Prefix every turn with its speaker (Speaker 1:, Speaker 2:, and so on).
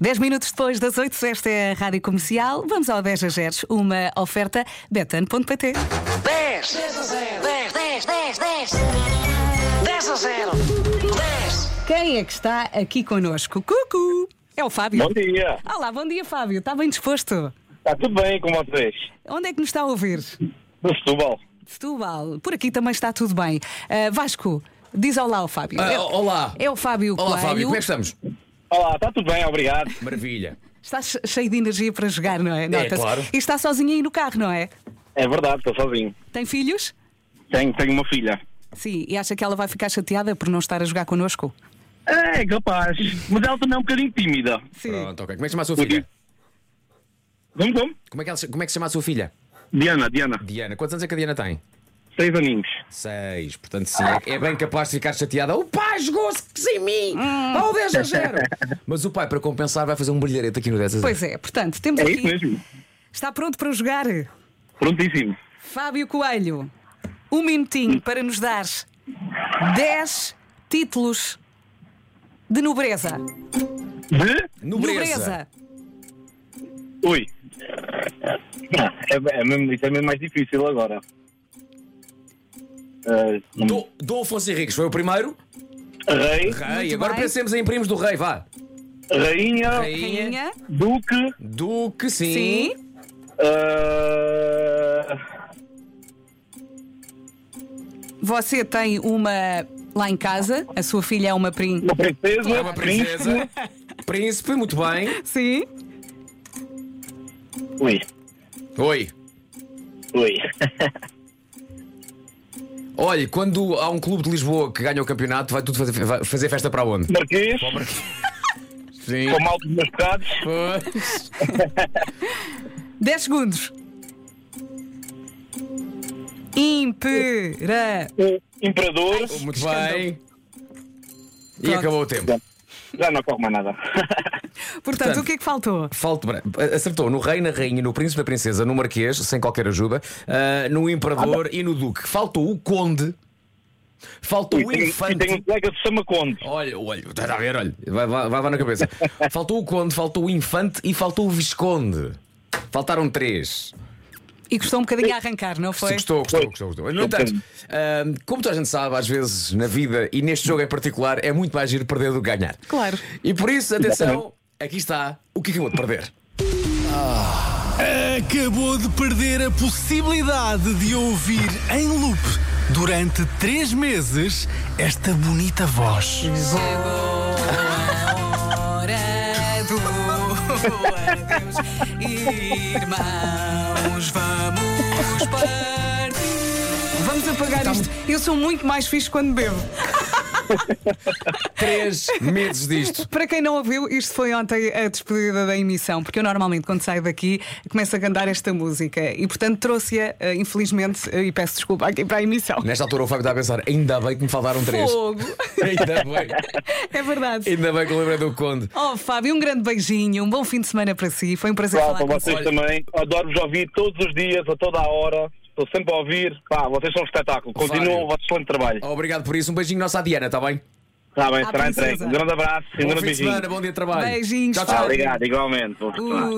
Speaker 1: 10 minutos depois das 8, esta é a Rádio Comercial. Vamos ao 10 a 0, uma oferta betano.pt.
Speaker 2: 10 10 a 0 10 10 10 10 10 a 0 10
Speaker 1: Quem é que está aqui connosco? Cucu! É o Fábio.
Speaker 3: Bom dia,
Speaker 1: Olá, bom dia, Fábio. Está bem disposto?
Speaker 3: está tudo bem com vocês?
Speaker 1: Onde é que nos está a ouvir?
Speaker 3: No Setúbal.
Speaker 1: Setúbal. Por aqui também está tudo bem. Ah, Vasco, diz olá ao Fábio.
Speaker 4: Ah,
Speaker 1: É-
Speaker 4: olá.
Speaker 1: É o Fábio
Speaker 4: Olá,
Speaker 1: Coelho.
Speaker 4: Fábio, como é que estamos?
Speaker 3: Olá, está tudo bem, obrigado.
Speaker 4: Maravilha.
Speaker 1: Está che- cheio de energia para jogar, não é? Nota-se.
Speaker 4: claro.
Speaker 1: E está sozinho aí no carro, não é?
Speaker 3: É verdade, estou sozinho.
Speaker 1: Tem filhos?
Speaker 3: Tenho, tenho uma filha.
Speaker 1: Sim. E acha que ela vai ficar chateada por não estar a jogar connosco?
Speaker 3: É, capaz. Mas ela também é um bocadinho tímida.
Speaker 1: Sim.
Speaker 4: Pronto, ok. Como é que se chama a sua filha?
Speaker 3: Vamos, vamos.
Speaker 4: Como é, que ela se- como é que se chama a sua filha?
Speaker 3: Diana, Diana.
Speaker 4: Diana. Quantos anos é que a Diana tem?
Speaker 3: Seis aninhos.
Speaker 4: Seis. Portanto, sim. é- É bem capaz de ficar chateada. O pai jogou-se sem mim! Ao 10 a 0! Mas o pai, para compensar, vai fazer um brilharete aqui no 10 a 0.
Speaker 1: Pois é, portanto, temos
Speaker 3: É
Speaker 1: aqui.
Speaker 3: isso mesmo.
Speaker 1: Está pronto para jogar?
Speaker 3: Prontíssimo.
Speaker 1: Fábio Coelho, um minutinho para nos dar 10 títulos de nobreza.
Speaker 3: De?
Speaker 1: Nobreza.
Speaker 3: Ui. Ah, é, é mesmo, isso é mesmo mais difícil agora. Ah,
Speaker 4: Do, Dolfo Henriques foi o primeiro.
Speaker 3: rei,
Speaker 4: Rei.
Speaker 1: Muito
Speaker 4: Agora
Speaker 1: bem.
Speaker 4: pensemos em primos do rei, vá.
Speaker 3: rainha,
Speaker 1: Rainha.
Speaker 3: duque,
Speaker 4: Duque, sim.
Speaker 1: Sim.
Speaker 3: ah,
Speaker 1: Você tem uma lá em casa, a sua filha é uma prim.
Speaker 3: uma princesa,
Speaker 4: É uma princesa. Príncipe, muito bem.
Speaker 1: Sim.
Speaker 3: príncipe. Ui,
Speaker 4: Oi.
Speaker 3: ui.
Speaker 4: Olha, quando há um clube de Lisboa que ganha o campeonato, vai tudo fazer, vai fazer festa para onde?
Speaker 3: Marquês,
Speaker 4: Sim.
Speaker 3: com é mal dos meus pecados.
Speaker 4: Pois.
Speaker 1: 10 segundos. Impera.
Speaker 3: o imperador,
Speaker 4: Muito bem. E
Speaker 1: Pronto.
Speaker 4: acabou o tempo.
Speaker 3: já não corre mais nada.
Speaker 1: Portanto, o que é que faltou?
Speaker 4: Falta. Acertou no rei, na rainha, no príncipe, na princesa, no marquês, sem qualquer ajuda, ah, no imperador e no duque. Faltou o conde. Faltou
Speaker 3: e,
Speaker 4: o
Speaker 3: tem, e tem um
Speaker 4: infante.
Speaker 3: colega que se chama Conde.
Speaker 4: Olha, olha, estás a ver, olha. Vai, vai, vai, vai na cabeça. Faltou o conde, faltou o infante e faltou o visconde. Faltaram três.
Speaker 1: E custou um bocadinho a arrancar, não foi?
Speaker 4: Sim, gostou, gostou, gostou, gostou. No entanto, ahm, como toda a gente sabe, às vezes na vida e neste jogo em particular, é muito mais giro perder do que ganhar.
Speaker 1: Claro.
Speaker 4: E por isso, atenção, aqui está o que acabou de perder.
Speaker 5: Acabou de perder a possibilidade de ouvir em loop durante três meses esta bonita voz.
Speaker 1: Hora do adeus, irmãos, vamos partir. Vamos apagar isto. Eu sou muito mais fixe quando bebo.
Speaker 4: Três meses disto.
Speaker 1: Para quem não ouviu, isto foi ontem a despedida da emissão, porque eu normalmente, quando saio daqui, começo a cantar esta música. E, portanto, trouxe-a, eh, infelizmente, eh, e peço desculpa aqui para a emissão.
Speaker 3: Né?
Speaker 4: Nesta altura, o Fábio está a pensar: ainda bem que me faltaram três.
Speaker 1: Fogo!
Speaker 4: Ainda bem.
Speaker 1: É verdade.
Speaker 4: Ainda bem que eu lembrei do Conde.
Speaker 1: Oh, Fábio, um grande beijinho, um bom fim de semana para si. Foi um prazer
Speaker 3: Claro,
Speaker 1: falar
Speaker 3: para
Speaker 1: com
Speaker 3: vocês
Speaker 4: Olha.
Speaker 3: também. Adoro-vos ouvir todos os dias, a toda a hora. Estou sempre a ouvir. Pá, vocês são um espetáculo. Continuam o vosso excelente trabalho.
Speaker 4: Obrigado por isso. Um beijinho nosso à Diana, está bem?
Speaker 3: Está bem,
Speaker 1: À
Speaker 3: será entregue.
Speaker 1: princesa.
Speaker 3: Um grande abraço e um
Speaker 4: Bom
Speaker 3: grande
Speaker 4: fim de
Speaker 3: beijinho.
Speaker 4: semana, bom dia de trabalho.
Speaker 1: Beijinhos,
Speaker 4: Tchau,
Speaker 1: Fábio.
Speaker 4: tchau.
Speaker 3: Obrigado, igualmente. Bom fim de semana.
Speaker 1: O